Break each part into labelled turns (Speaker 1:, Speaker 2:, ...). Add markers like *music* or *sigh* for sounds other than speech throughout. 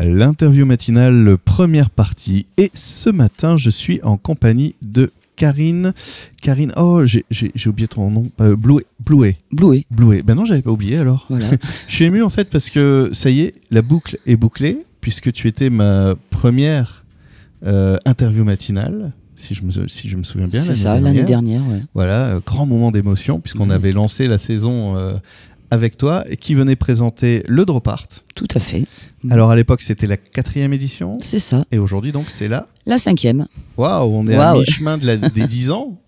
Speaker 1: L'interview matinale, première partie. Et ce matin, je suis en compagnie de Karine. Karine, oh, j'ai j'ai- j'ai oublié ton nom. Euh, Blouet. Blouet.
Speaker 2: Bloué.
Speaker 1: Blouet. Ben non, j'avais pas oublié alors.
Speaker 2: *laughs* Voilà.
Speaker 1: Je suis ému en fait parce que ça y est, la boucle est bouclée, puisque tu étais ma première euh, interview matinale, si je me, si je me souviens bien.
Speaker 2: C'est ça, l'année dernière. ouais.
Speaker 1: Voilà, euh, grand moment d'émotion, puisqu'on
Speaker 2: Mhm.
Speaker 1: avait lancé la saison euh, avec toi, et qui venait présenter le Drop Art.
Speaker 2: Tout à fait. Mhm.
Speaker 1: Alors à l'époque, c'était la quatrième édition,
Speaker 2: C'est ça.
Speaker 1: et aujourd'hui, donc, c'est la.
Speaker 2: La *laughs* cinquième.
Speaker 1: Waouh, on est à
Speaker 2: Waouh.
Speaker 1: mi-chemin de la-
Speaker 2: *laughs*
Speaker 1: des 10 ans.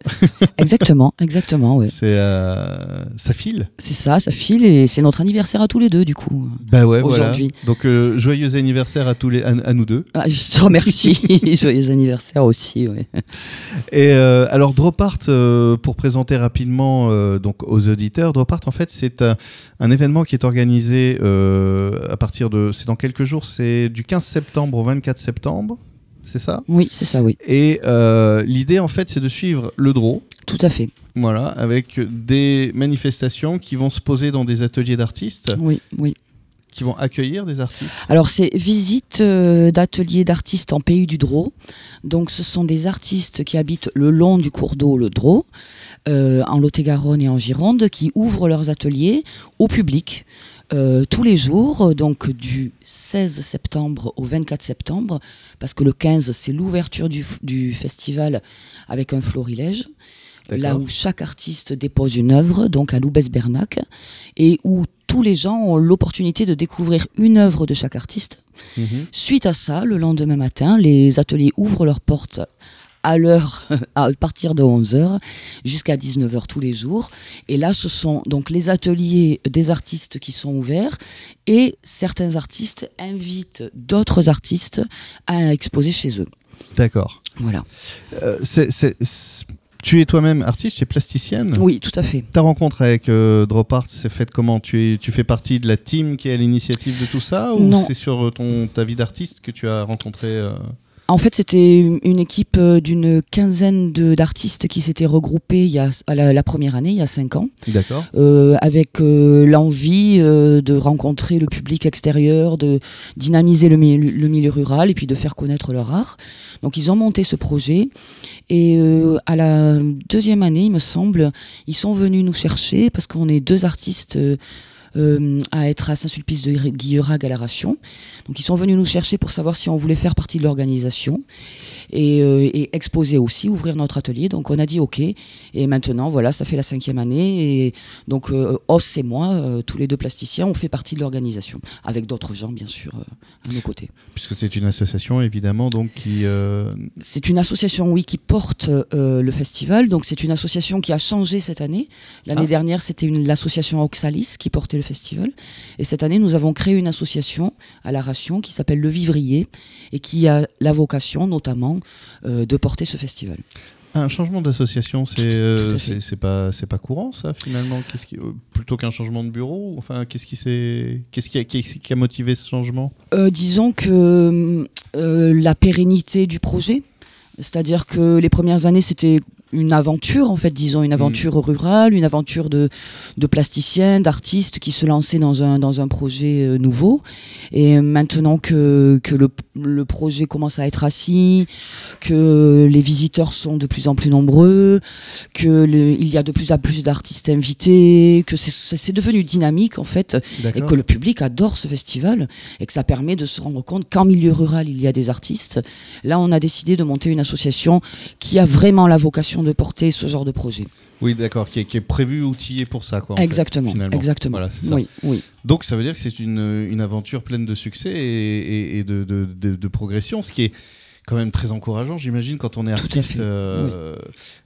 Speaker 2: Exactement, exactement, ouais.
Speaker 1: C'est, euh, ça file.
Speaker 2: C'est ça, ça file et c'est notre anniversaire à tous les deux, du coup.
Speaker 1: Bah ouais, voilà.
Speaker 2: Aujourd'hui.
Speaker 1: Donc, euh, joyeux anniversaire à, tous les, à- à nous deux.
Speaker 2: Ah, je te remercie. *laughs* Joyeux anniversaire aussi, ouais.
Speaker 1: Et euh, alors Dropart, euh, pour présenter rapidement euh, donc aux auditeurs, Dropart en fait c'est un, un événement qui est organisé euh, à partir de, c'est dans quelques jours, c'est du 15 septembre au 24 septembre, c'est ça
Speaker 2: Oui, c'est ça, oui.
Speaker 1: Et euh, l'idée en fait c'est de suivre le draw,
Speaker 2: Tout à fait.
Speaker 1: voilà, avec des manifestations qui vont se poser dans des ateliers d'artistes,
Speaker 2: Oui, oui.
Speaker 1: qui vont accueillir des artistes.
Speaker 2: Alors, c'est visite euh, d'ateliers d'artistes en pays du Drô. Donc, ce sont des artistes qui habitent le long du cours d'eau, le Drô, euh, en Lot-et-Garonne et en Gironde, qui ouvrent leurs ateliers au public euh, tous les jours, donc du 16 septembre au 24 septembre, parce que le 15, c'est l'ouverture du, f- du festival avec un florilège là
Speaker 1: D'accord.
Speaker 2: où chaque artiste dépose une œuvre, donc à Loubès-Bernac, et où tous les gens ont l'opportunité de découvrir une œuvre de chaque artiste.
Speaker 1: Mhm.
Speaker 2: Suite à ça, le lendemain matin, les ateliers ouvrent leurs portes à l'heure, *laughs* à partir de 11h jusqu'à 19h tous les jours. Et là, ce sont donc les ateliers des artistes qui sont ouverts et certains artistes invitent d'autres artistes à exposer chez eux.
Speaker 1: D'accord.
Speaker 2: Voilà.
Speaker 1: Euh, c'est- c'est- c'est- tu es toi-même artiste, tu es plasticienne.
Speaker 2: Oui, tout à fait.
Speaker 1: Ta rencontre avec euh, Drop Art s'est faite comment tu, es- tu fais partie de la team qui est à l'initiative de tout ça Ou
Speaker 2: Non.
Speaker 1: c'est sur euh, ton, ta vie d'artiste que tu as rencontré euh,
Speaker 2: En fait, c'était une équipe euh, d'une quinzaine de- d'artistes qui s'étaient regroupés il y a, à la, la première année, il y a cinq ans,
Speaker 1: D'accord.
Speaker 2: euh, avec euh, l'envie euh, de rencontrer le public extérieur, de dynamiser le, mi- le milieu rural et puis de faire connaître leur art. Donc, ils ont monté ce projet et euh, à la deuxième année, il me semble, ils sont venus nous chercher parce qu'on est deux artistes. euh, euh, à être à Saint-Sulpice de Guillerag à la Ration. Donc ils sont venus nous chercher pour savoir si on voulait faire partie de l'organisation et, euh, et exposer aussi, ouvrir notre atelier. Donc on a dit ok. Et maintenant, voilà, ça fait la cinquième année. Et donc euh, Os et moi, euh, tous les deux plasticiens, on fait partie de l'organisation. Avec d'autres gens, bien sûr, euh, à nos côtés.
Speaker 1: Puisque c'est une association, évidemment, donc qui. euh,
Speaker 2: C'est une association, oui, qui porte euh, le festival. Donc c'est une association qui a changé cette année. L'année
Speaker 1: Ah.
Speaker 2: dernière, c'était une- l'association Oxalis qui portait le festival. Et cette année, nous avons créé une association à la Ration qui s'appelle Le Vivrier et qui a la vocation, notamment, euh, de porter ce festival.
Speaker 1: Un changement d'association, c'est euh,
Speaker 2: tout à fait.
Speaker 1: c'est- c'est pas c'est pas courant ça finalement. Qu'est-ce qui euh, plutôt qu'un changement de bureau Enfin, qu'est-ce qui s'est- qu'est-ce qui, a- qu'est-ce qui a motivé ce changement
Speaker 2: Euh, disons que euh, la pérennité du projet, c'est-à-dire que les premières années c'était une aventure en fait, disons une aventure rurale, une aventure de, de plasticiens, d'artistes qui se lançaient dans un, dans un projet euh, nouveau. Et maintenant que, que le, le projet commence à être assis, que les visiteurs sont de plus en plus nombreux, que le- il y a de plus en plus d'artistes invités, que c'est- c'est devenu dynamique en fait et que le public adore ce festival et que ça permet de se rendre compte qu'en milieu rural, il y a des artistes. Là, on a décidé de monter une association qui a vraiment la vocation de porter ce genre de projet.
Speaker 1: Oui, d'accord, qui, est- qui est prévu outillé pour ça quoi. en fait,
Speaker 2: exactement,
Speaker 1: finalement.
Speaker 2: exactement.
Speaker 1: Voilà, c'est ça.
Speaker 2: Oui, oui.
Speaker 1: Donc ça veut dire que c'est une, une aventure pleine de succès et, et- et de, de- de- de progression, ce qui est quand même très encourageant, j'imagine, quand on est
Speaker 2: Tout à
Speaker 1: artiste.
Speaker 2: fait,
Speaker 1: euh,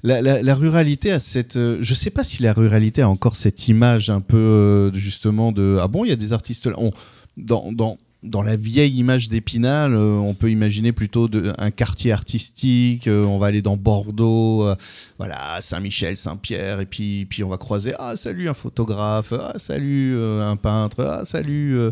Speaker 1: la, la- la ruralité a cette... euh, je sais pas si la ruralité a encore cette image un peu euh, justement de... Ah bon, il y a des artistes là. On- dans, dans, dans la vieille image d'Épinal, euh, on peut imaginer plutôt de- un quartier artistique, euh, on va aller dans Bordeaux, euh, voilà, Saint-Michel, Saint-Pierre, et puis, puis on va croiser, ah salut un photographe, ah salut euh, un peintre, ah salut... euh,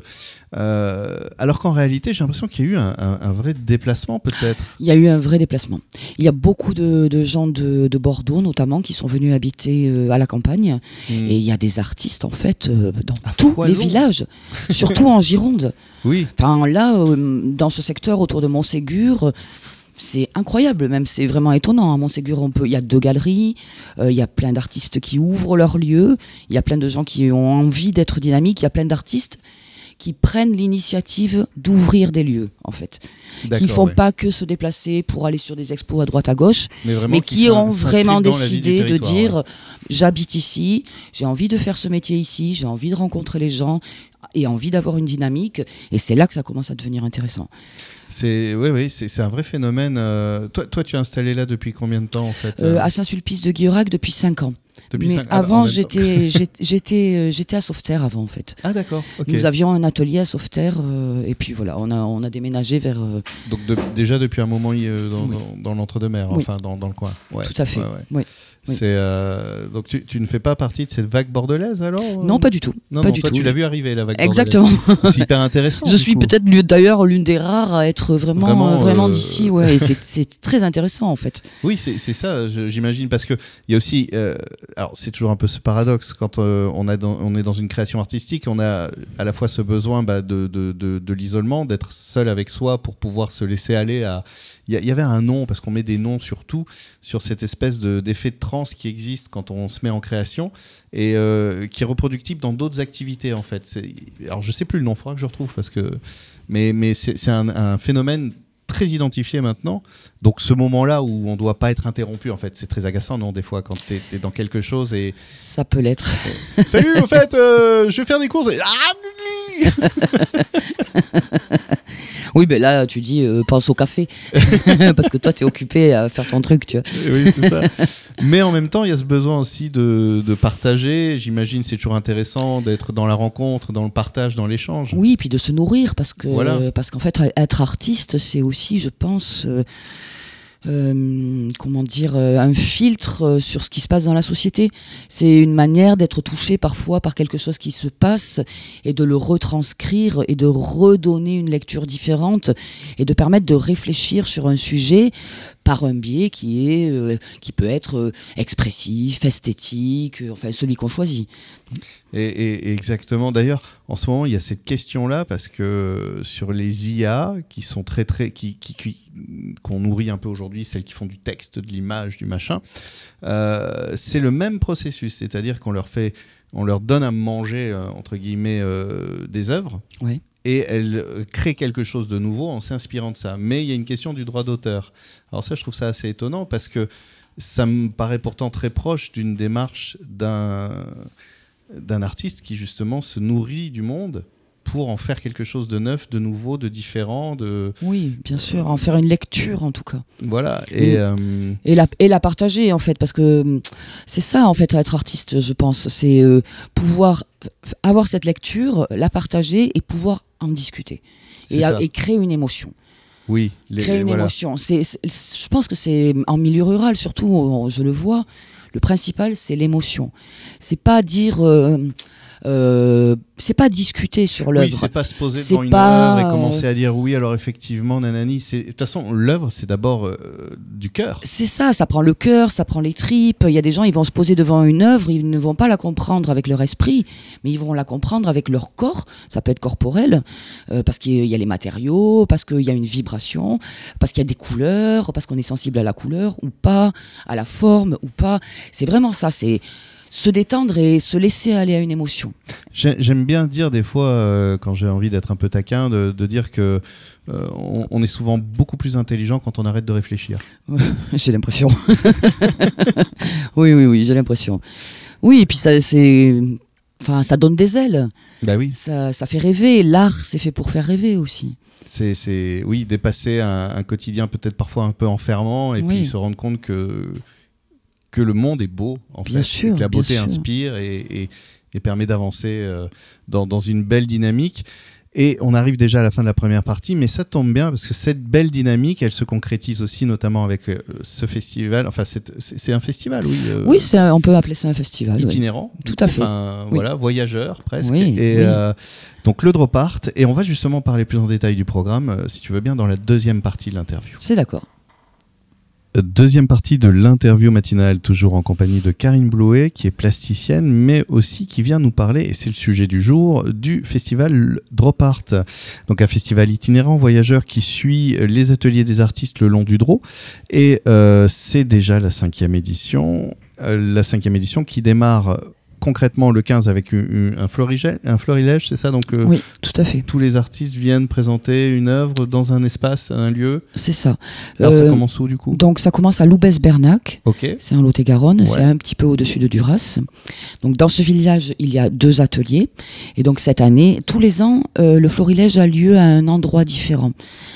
Speaker 1: euh, alors qu'en réalité, j'ai l'impression qu'il y a eu un, un- un vrai déplacement peut-être.
Speaker 2: Il y a eu un vrai déplacement. Il y a beaucoup de, de gens de, de Bordeaux, notamment, qui sont venus habiter euh, à la campagne. Et il y a des artistes, en fait, euh, dans
Speaker 1: Hmm. À
Speaker 2: tous les
Speaker 1: foison. *laughs*
Speaker 2: villages, surtout en Gironde.
Speaker 1: Oui, Oui.
Speaker 2: Enfin, là, euh, dans ce secteur autour de Montségur, euh, c'est incroyable, même c'est vraiment étonnant. À Montségur, on peut, il y a deux galeries, euh, il y a plein d'artistes qui ouvrent leur lieu, il y a plein de gens qui ont envie d'être dynamiques, il y a plein d'artistes qui prennent l'initiative d'ouvrir des lieux, en fait, qui
Speaker 1: D'accord,
Speaker 2: font
Speaker 1: ouais.
Speaker 2: pas que se déplacer pour aller sur des expos à droite à gauche,
Speaker 1: mais, vraiment
Speaker 2: mais
Speaker 1: qui
Speaker 2: qui
Speaker 1: sont-
Speaker 2: ont
Speaker 1: s'inscrivent
Speaker 2: vraiment
Speaker 1: dans la vie du
Speaker 2: décidé de
Speaker 1: territoire,
Speaker 2: dire
Speaker 1: ouais.
Speaker 2: j'habite ici, j'ai envie de faire ce métier ici, j'ai envie de rencontrer les gens et envie d'avoir une dynamique. Et c'est là que ça commence à devenir intéressant.
Speaker 1: C'est oui, oui, c'est c'est un vrai phénomène. euh, Toi, toi, tu es installé là depuis combien de temps en fait
Speaker 2: Euh,
Speaker 1: euh,
Speaker 2: à Saint-Sulpice de Guirac depuis 5 ans.
Speaker 1: depuis
Speaker 2: mais
Speaker 1: cinq- ah, en
Speaker 2: avant,
Speaker 1: même temps. *laughs*
Speaker 2: j'étais j'étais- j'étais euh, j'étais à Sauveterre avant, en fait.
Speaker 1: Ah d'accord. ok.
Speaker 2: Nous avions un atelier à Sauveterre euh, et puis voilà, on a, on a déménagé vers... euh,
Speaker 1: Donc de- déjà depuis un moment il- euh, dans,
Speaker 2: Oui.
Speaker 1: dans- dans l'entre-deux-mers,
Speaker 2: Oui.
Speaker 1: enfin dans, dans le coin. Ouais,
Speaker 2: Tout à fait,
Speaker 1: ouais, ouais.
Speaker 2: oui, oui.
Speaker 1: C'est euh, donc tu, tu ne fais pas partie de cette vague bordelaise alors euh
Speaker 2: Non, pas du tout.
Speaker 1: non,
Speaker 2: pas
Speaker 1: non,
Speaker 2: du
Speaker 1: toi,
Speaker 2: tout.
Speaker 1: Tu l'as vu arriver la vague. bordelaise.
Speaker 2: Exactement.
Speaker 1: C'est hyper intéressant.
Speaker 2: *laughs* Je
Speaker 1: du
Speaker 2: suis
Speaker 1: coup.
Speaker 2: peut-être l'une- d'ailleurs l'une des rares à être vraiment, euh,
Speaker 1: Vraiment,
Speaker 2: vraiment,
Speaker 1: euh,
Speaker 2: d'ici. Ouais, et c'est- c'est très intéressant en fait.
Speaker 1: Oui, c'est c'est ça, je- j'imagine, parce que il y a aussi, euh, alors c'est toujours un peu ce paradoxe quand euh, on, a dans- on est dans une création artistique, on a à la fois ce besoin bah, de, de- de- de l'isolement, d'être seul avec soi pour pouvoir se laisser aller à. Il y, a- il y avait un nom, parce qu'on met des noms sur tout, sur cette espèce de- d'effet de, transe qui existe quand on se met en création et euh, qui est reproductible dans d'autres activités en fait. C'est- Alors je sais plus le nom, il faudra que je retrouve parce que. Mais, mais c'est c'est un- un phénomène très identifié maintenant. Donc ce moment-là où on doit pas être interrompu, en fait, c'est très agaçant, non Des fois, quand t'es es dans quelque chose et
Speaker 2: Ça peut l'être.
Speaker 1: *laughs* salut, au fait, euh, je vais faire des courses. Et... Ah
Speaker 2: Oui, mais là, tu dis, euh, pense au café. Parce que toi, tu es occupé à faire ton truc, tu vois.
Speaker 1: *laughs* oui, c'est ça. Mais en même temps, il y a ce besoin aussi de, de partager. J'imagine, c'est toujours intéressant d'être dans la rencontre, dans le partage, dans l'échange.
Speaker 2: Oui, puis de se nourrir, parce que
Speaker 1: Voilà.
Speaker 2: parce qu'en fait, être artiste, c'est aussi, je pense, euh, euh, comment dire, euh, un filtre euh, sur ce qui se passe dans la société. C'est une manière d'être touché parfois par quelque chose qui se passe et de le retranscrire et de redonner une lecture différente et de permettre de réfléchir sur un sujet par un biais qui est euh, qui peut être euh, expressif, esthétique, euh, enfin celui qu'on choisit.
Speaker 1: Et, et- et exactement. D'ailleurs, en ce moment, il y a cette question-là parce que euh, sur les IA qui sont très très qui qui- qui- qu'on nourrit un peu aujourd'hui, celles qui font du texte, de l'image, du machin, euh, c'est le même processus, c'est-à-dire qu'on leur fait, on leur donne à manger euh, entre guillemets euh, des œuvres.
Speaker 2: Ouais.
Speaker 1: Et elles euh, créent quelque chose de nouveau en s'inspirant de ça. Mais il y a une question du droit d'auteur. Alors ça, je trouve ça assez étonnant parce que ça me paraît pourtant très proche d'une démarche d'un d'un artiste qui justement se nourrit du monde pour en faire quelque chose de neuf, de nouveau, de différent, de
Speaker 2: Oui, bien sûr, en faire une lecture en tout cas.
Speaker 1: voilà. Et
Speaker 2: Oui.
Speaker 1: euh,
Speaker 2: et la, et la partager en fait parce que hum, c'est ça en fait être artiste je pense c'est euh, pouvoir f- avoir cette lecture la partager et pouvoir en discuter
Speaker 1: c'est
Speaker 2: et, à-
Speaker 1: ça.
Speaker 2: et créer une émotion
Speaker 1: oui, les-
Speaker 2: créer une
Speaker 1: voilà.
Speaker 2: émotion c'est c'est- je pense que c'est en milieu rural surtout on- je le vois le principal c'est l'émotion c'est pas dire euh, euh, c'est pas discuter sur
Speaker 1: Oui,
Speaker 2: l'œuvre
Speaker 1: c'est pas se poser
Speaker 2: C'est
Speaker 1: devant une
Speaker 2: pas,
Speaker 1: œuvre et
Speaker 2: euh,
Speaker 1: commencer à dire oui, alors effectivement, nanani. c'est- De toute façon, l'œuvre, c'est d'abord euh, du cœur.
Speaker 2: C'est ça, ça prend le cœur, ça prend les tripes. Il y a des gens, ils vont se poser devant une œuvre, ils ne vont pas la comprendre avec leur esprit, mais ils vont la comprendre avec leur corps. Ça peut être corporel, euh, parce qu'il y a les matériaux, parce qu'il y a une vibration, parce qu'il y a des couleurs, parce qu'on est sensible à la couleur ou pas, à la forme ou pas. C'est vraiment ça, c'est se détendre et se laisser aller à une émotion. *laughs*
Speaker 1: J'ai- J'aime bien dire des fois, euh, quand j'ai envie d'être un peu taquin, de, de dire que euh, on, on est souvent beaucoup plus intelligent quand on arrête de réfléchir.
Speaker 2: J'ai l'impression. *laughs* oui, oui, oui, j'ai l'impression. Oui, et puis ça, c'est, enfin, ça donne des ailes.
Speaker 1: Bah oui.
Speaker 2: Ça, ça fait rêver. L'art, c'est fait pour faire rêver aussi.
Speaker 1: C'est, c'est- oui, dépasser un, un quotidien peut-être parfois un peu enfermant et
Speaker 2: Oui.
Speaker 1: puis se rendre compte que, que le monde est beau, en
Speaker 2: Bien
Speaker 1: fait,
Speaker 2: sûr,
Speaker 1: que la
Speaker 2: bien
Speaker 1: beauté
Speaker 2: sûr.
Speaker 1: inspire et, et- et permet d'avancer euh, dans, dans une belle dynamique. Et on arrive déjà à la fin de la première partie, mais ça tombe bien parce que cette belle dynamique, elle se concrétise aussi notamment avec euh, ce festival. Enfin, c'est, c'est- c'est un festival, oui. euh,
Speaker 2: oui, c'est un- on peut appeler ça un festival. ouais.
Speaker 1: itinérant.
Speaker 2: Tout à fait.
Speaker 1: Enfin,
Speaker 2: Oui.
Speaker 1: voilà, voyageur presque.
Speaker 2: Oui,
Speaker 1: et
Speaker 2: oui.
Speaker 1: euh, donc le drop art. Et on va justement parler plus en détail du programme, euh, si tu veux bien, dans la deuxième partie de l'interview.
Speaker 2: C'est d'accord.
Speaker 1: Deuxième partie de l'interview matinale, toujours en compagnie de Karine Blouet, qui est plasticienne, mais aussi qui vient nous parler, et c'est le sujet du jour, du festival Drop Art. Donc un festival itinérant, voyageur, qui suit les ateliers des artistes le long du Drô. Et euh, c'est déjà la cinquième édition, euh, la cinquième édition qui démarre euh, concrètement le 15 avec une- une- un, florige- un florilège, c'est ça Donc euh,
Speaker 2: Oui, tout à fait.
Speaker 1: tous les artistes viennent présenter une œuvre dans un espace, un lieu.
Speaker 2: C'est ça.
Speaker 1: Alors ça
Speaker 2: Euh,
Speaker 1: commence où du coup
Speaker 2: Donc ça commence à Loubès-Bernac.
Speaker 1: Ok.
Speaker 2: C'est en Lot-et-Garonne,
Speaker 1: Ouais.
Speaker 2: c'est un petit peu au-dessus de Duras. Donc dans ce village, il y a deux ateliers. Et donc cette année, tous les ans, euh, le florilège a lieu à un endroit différent,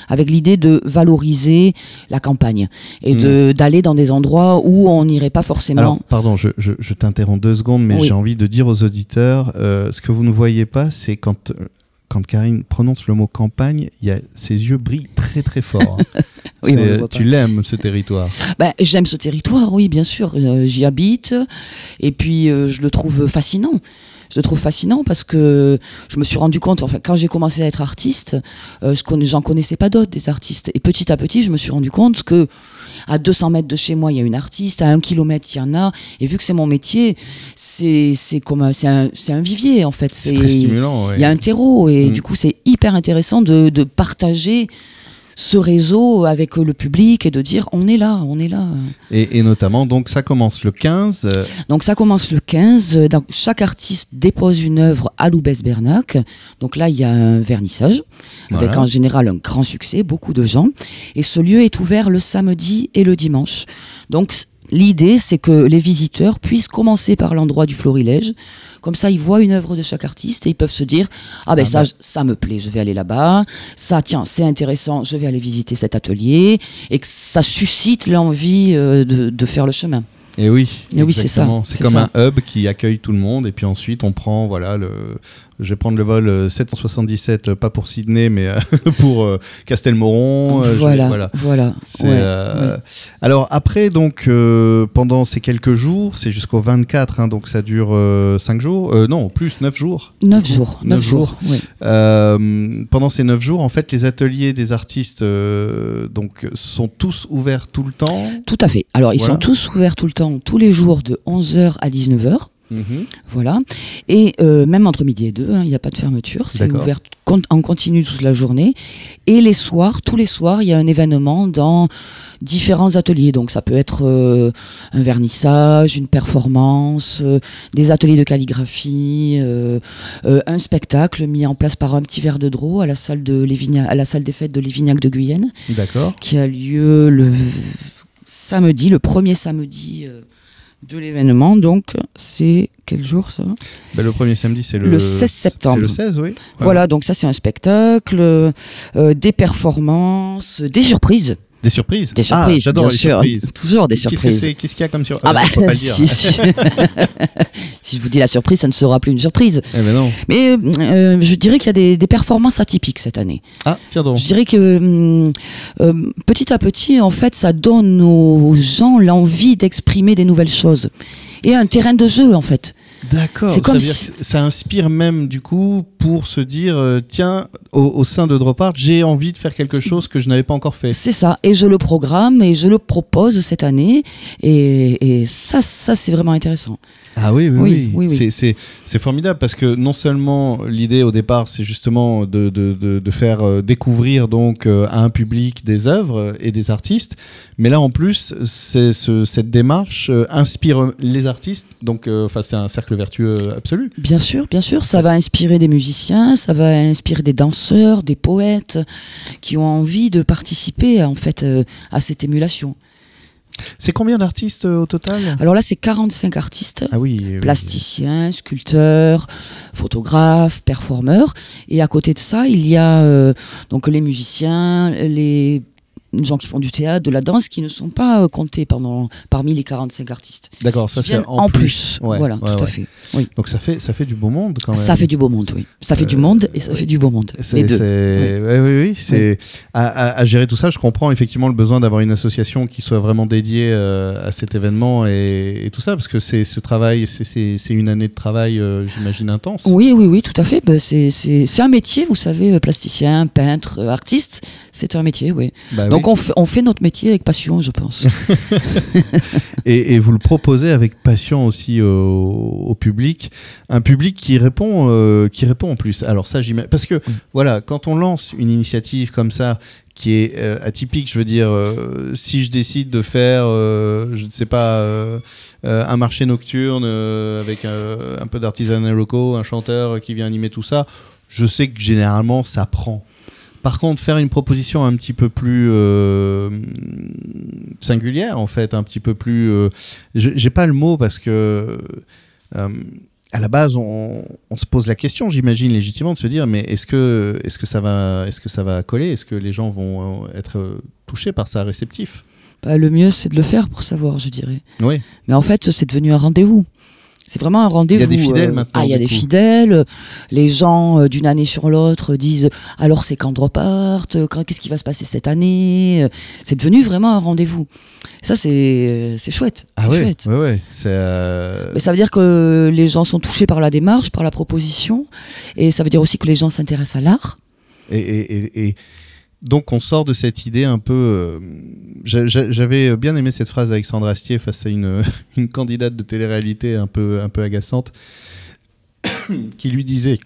Speaker 2: avec l'idée de valoriser la campagne et
Speaker 1: Mhm.
Speaker 2: de d'aller dans des endroits où on n'irait pas forcément.
Speaker 1: Alors, pardon, je, je- je t'interromps deux secondes, mais
Speaker 2: Oui.
Speaker 1: j'ai envie de dire aux auditeurs, euh, ce que vous ne voyez pas, c'est quand, euh, quand Karine prononce le mot campagne, il y a, ses yeux brillent très très fort.
Speaker 2: *laughs*
Speaker 1: Hein.
Speaker 2: Oui,
Speaker 1: C'est-
Speaker 2: on le voit pas.
Speaker 1: tu l'aimes, ce territoire.
Speaker 2: Ben, J'aime ce territoire, oui, bien sûr. Euh, J'y habite et puis euh, je le trouve fascinant. Je le trouve fascinant parce que je me suis rendu compte, enfin, quand j'ai commencé à être artiste, euh, je connais, j'en connaissais pas d'autres des artistes. Et petit à petit, je me suis rendu compte que à 200 mètres de chez moi, il y a une artiste, à 1 km, il y en a. Et vu que c'est mon métier, c'est c'est comme un, c'est un, c'est un vivier en fait.
Speaker 1: C'est très stimulant. ouais.
Speaker 2: Il y a un terreau et
Speaker 1: Mm.
Speaker 2: du coup c'est hyper intéressant de, de partager ce réseau avec le public et de dire on est là, on est là.
Speaker 1: et, et notamment, donc ça commence le 15. euh,
Speaker 2: Donc ça commence le 15, euh, donc chaque artiste dépose une œuvre à Loubès-Bernac. Donc là il y a un vernissage avec
Speaker 1: voilà.
Speaker 2: en général un grand succès, beaucoup de gens. Et ce lieu est ouvert le samedi et le dimanche. Donc c- l'idée, c'est que les visiteurs puissent commencer par l'endroit du florilège. Comme ça, ils voient une œuvre de chaque artiste et ils peuvent se dire Ah ben
Speaker 1: Ah
Speaker 2: ça,
Speaker 1: ben.
Speaker 2: je- ça me plaît, je vais aller là-bas. Ça, tiens, c'est intéressant, je vais aller visiter cet atelier. Et que ça suscite l'envie euh, de, de faire le chemin.
Speaker 1: Et oui,
Speaker 2: Et oui, c'est ça,
Speaker 1: exactement. C'est
Speaker 2: c'est
Speaker 1: comme
Speaker 2: ça.
Speaker 1: un hub qui accueille tout le monde. Et puis ensuite, on prend, voilà, le... je vais prendre le vol euh, 777, euh, pas pour Sydney, mais euh, *laughs* pour euh, Castelmoron. euh, je vais-
Speaker 2: voilà,
Speaker 1: voilà.
Speaker 2: voilà.
Speaker 1: C'est,
Speaker 2: Ouais,
Speaker 1: euh, Alors après, donc euh, pendant ces quelques jours, c'est jusqu'au 24, hein, donc ça dure 5 jours, euh, non, plus 9 jours.
Speaker 2: Neuf jours,
Speaker 1: Neuf
Speaker 2: neuf jours. ouais.
Speaker 1: Euh, pendant ces 9 jours, en fait, les ateliers des artistes euh, donc, sont tous ouverts tout le temps.
Speaker 2: Tout à fait. Alors, ils
Speaker 1: Voilà.
Speaker 2: sont tous ouverts tout le temps, tous les jours de 11h à 19h.
Speaker 1: Mhm.
Speaker 2: Voilà. Et euh, même entre midi et deux, hein, il n'y a pas de fermeture. C'est
Speaker 1: D'accord.
Speaker 2: ouvert con- en continu toute la journée. Et les soirs, tous les soirs, il y a un événement dans différents ateliers. Donc ça peut être euh, un vernissage, une performance, euh, des ateliers de calligraphie, euh, euh, un spectacle mis en place par un petit verre de drô à la salle, de Lévigna- à la salle des fêtes de Lévignac de Guyenne,
Speaker 1: D'accord.
Speaker 2: qui a lieu le samedi, le premier samedi. euh, de l'événement, donc c'est quel jour ça
Speaker 1: Ben, le premier samedi, c'est le...
Speaker 2: Le 16 septembre.
Speaker 1: C'est le 16, oui.
Speaker 2: Voilà, donc ça c'est un spectacle, euh, euh, des performances, des surprises.
Speaker 1: Des surprises.
Speaker 2: Des
Speaker 1: Ah,
Speaker 2: surprises,
Speaker 1: J'adore
Speaker 2: bien
Speaker 1: les
Speaker 2: sûr.
Speaker 1: surprises.
Speaker 2: *laughs* Toujours des
Speaker 1: Qu'est-ce que
Speaker 2: surprises.
Speaker 1: c'est Qu'est-ce qu'il y a comme surprise
Speaker 2: Ah bah,
Speaker 1: pas le dire.
Speaker 2: *laughs* si, si. Si je vous dis la surprise, ça ne sera plus une surprise.
Speaker 1: Eh ben non.
Speaker 2: Mais euh, euh, je dirais qu'il y a des, des performances atypiques cette année.
Speaker 1: Ah, tiens donc.
Speaker 2: Je dirais que euh, euh, petit à petit, en fait, ça donne aux gens l'envie d'exprimer des nouvelles choses. Et un terrain de jeu, en fait.
Speaker 1: D'accord.
Speaker 2: C'est comme
Speaker 1: ça, veut dire
Speaker 2: si-
Speaker 1: que ça inspire même du coup pour se dire euh, tiens au, au sein de Drop Art j'ai envie de faire quelque chose que je n'avais pas encore fait.
Speaker 2: C'est ça, et je le programme et je le propose cette année, et, et ça, ça c'est vraiment intéressant.
Speaker 1: Ah oui oui
Speaker 2: Oui,
Speaker 1: oui.
Speaker 2: oui, oui.
Speaker 1: C'est- C'est c'est formidable parce que non seulement l'idée au départ c'est justement de, de, de, de faire euh, découvrir donc euh, à un public des œuvres et des artistes, mais là en plus c'est ce- cette démarche euh, inspire les artistes donc euh, enfin c'est un cercle vertueux absolu.
Speaker 2: Bien sûr, bien sûr, ça va inspirer des musiciens, ça va inspirer des danseurs, des poètes qui ont envie de participer en fait euh, à cette émulation.
Speaker 1: C'est combien d'artistes euh, au total
Speaker 2: Alors là, c'est 45 artistes.
Speaker 1: Ah oui. oui.
Speaker 2: plasticiens, sculpteurs, photographes, performeurs. Et à côté de ça, il y a euh, donc les musiciens, les gens qui font du théâtre, de la danse, qui ne sont pas euh, comptés pendant, parmi les 45 artistes.
Speaker 1: D'accord ça
Speaker 2: Ils
Speaker 1: c'est
Speaker 2: viennent
Speaker 1: en,
Speaker 2: plus.
Speaker 1: Ouais,
Speaker 2: voilà,
Speaker 1: ouais,
Speaker 2: tout
Speaker 1: ouais.
Speaker 2: à fait.
Speaker 1: Donc ça fait, ça fait du beau monde quand même.
Speaker 2: Ça fait du beau monde, oui. Ça fait du
Speaker 1: Euh,
Speaker 2: monde et ça
Speaker 1: oui.
Speaker 2: fait du beau monde.
Speaker 1: C'est-
Speaker 2: Les deux.
Speaker 1: c'est- ouais, oui, oui, c'est à, à- à gérer tout ça. Je comprends effectivement le besoin d'avoir une association qui soit vraiment dédiée euh, à cet événement et, et tout ça, parce que c'est ce travail, c'est- c'est c'est une année de travail, euh, j'imagine intense.
Speaker 2: Oui, oui, oui, tout à fait. Ben, c'est- c'est c'est un métier, vous savez, euh, plasticien, peintre, euh, artiste, c'est un métier, oui.
Speaker 1: Bah
Speaker 2: Donc Donc on, f- on fait notre métier avec passion,
Speaker 1: *laughs*
Speaker 2: je pense.
Speaker 1: Et, et vous le proposez avec passion aussi au, au public, un public qui répond, euh, qui répond en plus. Alors ça, j'imagine. Parce que voilà, quand on lance une initiative comme ça, qui est euh, atypique, je veux dire, euh, si je décide de faire, euh, je ne sais pas, euh, euh, un marché nocturne euh, avec euh, un peu d'artisanat locaux, un chanteur qui vient animer tout ça, je sais que généralement ça prend. Par contre, faire une proposition un petit peu plus euh, singulière, en fait, un petit peu plus. euh, je- J'ai pas le mot parce que. euh, à la base, on, on se pose la question, j'imagine légitimement, de se dire mais est-ce que, est que, ça va- est-ce que ça va coller Est-ce que les gens vont euh, être euh, touchés par ça, réceptifs
Speaker 2: Bah, le mieux, c'est de le faire pour savoir, je dirais.
Speaker 1: Oui.
Speaker 2: Mais en fait, c'est devenu un rendez-vous. C'est vraiment un rendez-vous.
Speaker 1: des fidèles maintenant,
Speaker 2: Ah, il y a
Speaker 1: du
Speaker 2: des
Speaker 1: coup.
Speaker 2: fidèles. Les gens, euh, d'une année sur l'autre, disent alors c'est quand drop art Euh, quand- Qu'est-ce qui va se passer cette année Euh, C'est devenu vraiment un rendez-vous. Ça, c'est euh, c'est chouette. c'est
Speaker 1: Ah ouais,
Speaker 2: chouette. Bah,
Speaker 1: ouais, ouais. C'est, euh,
Speaker 2: Mais ça veut dire que les gens sont touchés par la démarche, par la proposition. Et ça veut dire aussi que les gens s'intéressent à l'art.
Speaker 1: Et, et- et- et donc on sort de cette idée un peu. euh, j'a- j'a- J'avais bien aimé cette phrase d'Alexandre Astier face à une, *laughs* une candidate de télé-réalité un peu, un peu agaçante *coughs* qui lui disait.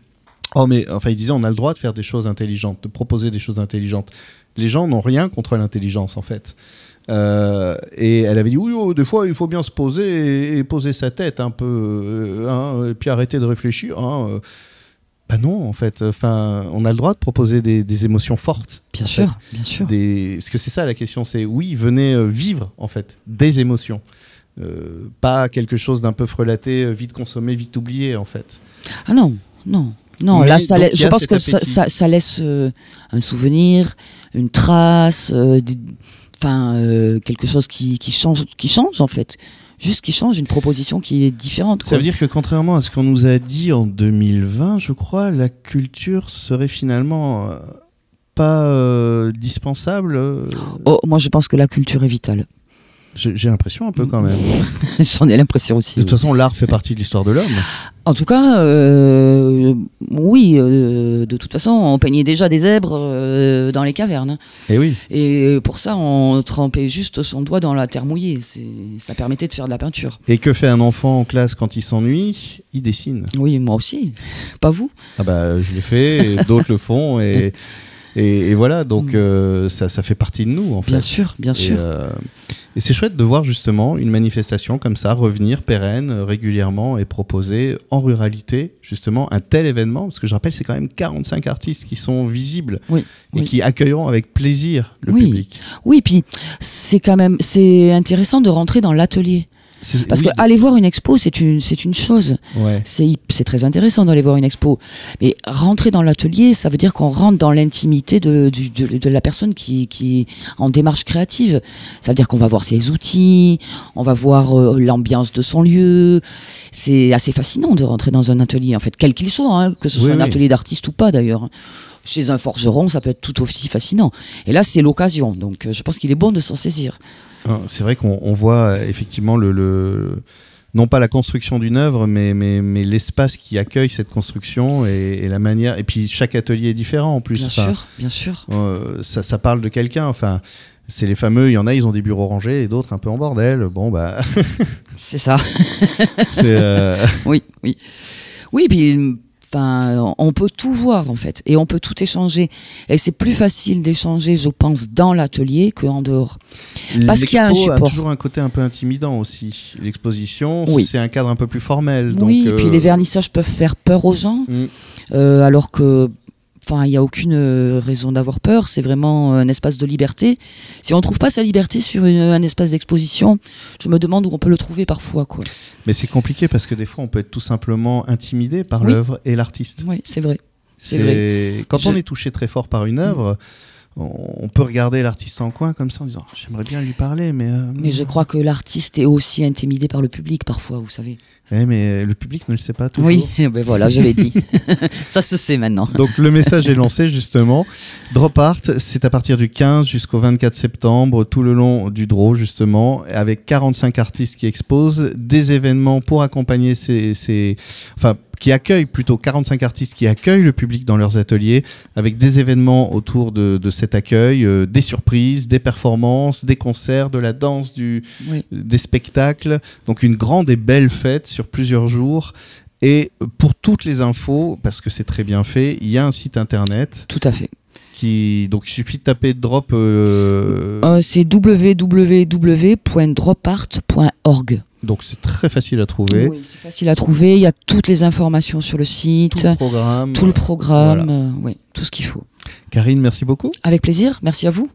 Speaker 1: Oh mais enfin il disait on a le droit de faire des choses intelligentes, de proposer des choses intelligentes. Les gens n'ont rien contre l'intelligence en fait. Euh, et elle avait dit oui, oh, des fois il faut bien se poser et, et poser sa tête un peu, euh, hein, et puis arrêter de réfléchir. hein, euh. Bah non en fait, enfin on a le droit de proposer des- des émotions fortes.
Speaker 2: Bien
Speaker 1: fait,
Speaker 2: sûr, bien sûr.
Speaker 1: Des... Parce que c'est ça la question, c'est oui, venez euh, vivre en fait des émotions. Euh, pas quelque chose d'un peu frelaté, euh, vite consommé, vite oublié en fait.
Speaker 2: Ah non, non. Non,
Speaker 1: Mais
Speaker 2: là, ça
Speaker 1: donc,
Speaker 2: lai-
Speaker 1: il y
Speaker 2: je
Speaker 1: a
Speaker 2: pense
Speaker 1: cet
Speaker 2: que ça,
Speaker 1: appétit.
Speaker 2: ça- ça laisse euh, un souvenir, une trace, euh, des- enfin, euh, quelque chose qui, qui, change, qui change, en fait. Juste qui change, une proposition qui est différente.
Speaker 1: Ça
Speaker 2: quoi.
Speaker 1: veut dire que contrairement à ce qu'on nous a dit en 2020, je crois, la culture serait finalement euh, pas euh, dispensable. euh,
Speaker 2: Oh, moi, je pense que la culture est vitale. *laughs*
Speaker 1: J'ai j'ai l'impression un peu quand même.
Speaker 2: J'en ai l'impression aussi.
Speaker 1: De toute
Speaker 2: oui.
Speaker 1: façon, l'art fait partie de l'histoire de l'homme.
Speaker 2: En tout cas, euh, oui, euh, de toute façon, on peignait déjà des zèbres euh, dans les cavernes.
Speaker 1: Et oui.
Speaker 2: Et pour ça, on trempait juste son doigt dans la terre mouillée. C'est- Ça permettait de faire de la peinture.
Speaker 1: Et que fait un enfant en classe quand il s'ennuie Il dessine.
Speaker 2: Oui, moi aussi. Pas vous
Speaker 1: Ah bah, je l'ai
Speaker 2: *laughs*
Speaker 1: fait, et d'autres le font, et, et, et voilà, donc
Speaker 2: Mm.
Speaker 1: euh, ça, ça fait partie de nous, en fait.
Speaker 2: Bien sûr, bien
Speaker 1: Et,
Speaker 2: sûr.
Speaker 1: euh, et c'est chouette de voir justement une manifestation comme ça revenir pérenne, euh, régulièrement, et proposer en ruralité, justement, un tel événement, parce que je rappelle, c'est quand même 45 artistes qui sont visibles
Speaker 2: Oui,
Speaker 1: et
Speaker 2: oui.
Speaker 1: qui accueilleront avec plaisir le
Speaker 2: Oui.
Speaker 1: public.
Speaker 2: Oui, puis c'est quand même c'est intéressant de rentrer dans l'atelier
Speaker 1: C'est-
Speaker 2: parce
Speaker 1: oui,
Speaker 2: que ah, aller voir une expo c'est une c'est une chose,
Speaker 1: ouais.
Speaker 2: c'est hip- c'est très intéressant d'aller voir une expo, mais rentrer dans l'atelier ça veut dire qu'on rentre dans l'intimité de, du- de de la personne qui qui est en démarche créative. Ça veut dire qu'on va voir ses outils, on va voir euh, l'ambiance de son lieu. C'est assez fascinant de rentrer dans un atelier en fait, quel qu'il soit, hein, que ce
Speaker 1: Oui,
Speaker 2: soit un
Speaker 1: oui.
Speaker 2: atelier d'artiste ou pas d'ailleurs. Chez un forgeron, ça peut être tout aussi fascinant. Et là, c'est l'occasion. Donc, euh, je pense qu'il est bon de s'en saisir.
Speaker 1: Hein, C'est vrai qu'on on voit euh, effectivement le, le- non pas la construction d'une œuvre, mais, mais, mais l'espace qui accueille cette construction et, et la manière. Et puis chaque atelier est différent en plus.
Speaker 2: Bien
Speaker 1: Enfin,
Speaker 2: sûr, bien sûr.
Speaker 1: euh, ça, ça parle de quelqu'un. Enfin, c'est les fameux. Il y en a, ils ont des bureaux rangés et d'autres un peu en bordel. Bon
Speaker 2: *laughs*
Speaker 1: bah,
Speaker 2: C'est ça.
Speaker 1: c'est, euh,
Speaker 2: oui, oui. Oui, puis enfin, on peut tout voir en fait et on peut tout échanger. Et c'est plus facile d'échanger, je pense, dans l'atelier qu'en dehors. Parce qu'il y a un
Speaker 1: l'expo
Speaker 2: support.
Speaker 1: toujours un côté un peu intimidant aussi. L'exposition,
Speaker 2: Oui.
Speaker 1: c'est un cadre un peu plus formel. donc,
Speaker 2: oui, et puis
Speaker 1: euh,
Speaker 2: les vernissages peuvent faire peur aux gens,
Speaker 1: Mm.
Speaker 2: euh, alors que. Enfin, il n'y a aucune euh, raison d'avoir peur, c'est vraiment un espace de liberté. Si on ne trouve pas sa liberté sur une- un espace d'exposition, je me demande où on peut le trouver parfois. Quoi.
Speaker 1: Mais c'est compliqué parce que des fois, on peut être tout simplement intimidé par
Speaker 2: Oui.
Speaker 1: l'œuvre et l'artiste.
Speaker 2: Oui, c'est vrai. C'est
Speaker 1: C'est- Quand
Speaker 2: Je-
Speaker 1: on est touché très fort par une œuvre, on on peut regarder l'artiste en coin comme ça en disant Oh, j'aimerais bien lui parler, mais, euh,
Speaker 2: Mais je crois que l'artiste est aussi intimidé par le public parfois, vous savez.
Speaker 1: Eh, mais le public ne le sait pas toujours.
Speaker 2: Oui, eh ben voilà, je l'ai *laughs* dit. ça se sait maintenant.
Speaker 1: *laughs* Donc le message est lancé justement. Drop Art, c'est à partir du 15 jusqu'au 24 septembre, tout le long du draw justement, avec 45 artistes qui exposent, des événements pour accompagner ces, ces- enfin qui accueillent plutôt 45 artistes qui accueillent le public dans leurs ateliers, avec des événements autour de, de cette cet accueil, euh, des surprises, des performances, des concerts, de la danse, du,
Speaker 2: Oui.
Speaker 1: des spectacles. Donc une grande et belle fête sur plusieurs jours. Et pour toutes les infos, parce que c'est très bien fait, il y a un site internet
Speaker 2: Tout à fait.
Speaker 1: qui donc il suffit de taper drop. euh,
Speaker 2: Euh, c'est www.dropart.org.
Speaker 1: Donc c'est très facile à trouver.
Speaker 2: Oui, c'est facile à trouver. Il y a toutes les informations sur le site,
Speaker 1: Tout
Speaker 2: tout,
Speaker 1: le programme.
Speaker 2: le programme, euh, oui, tout ce qu'il faut.
Speaker 1: Karine, merci beaucoup.
Speaker 2: Avec plaisir. Merci à vous.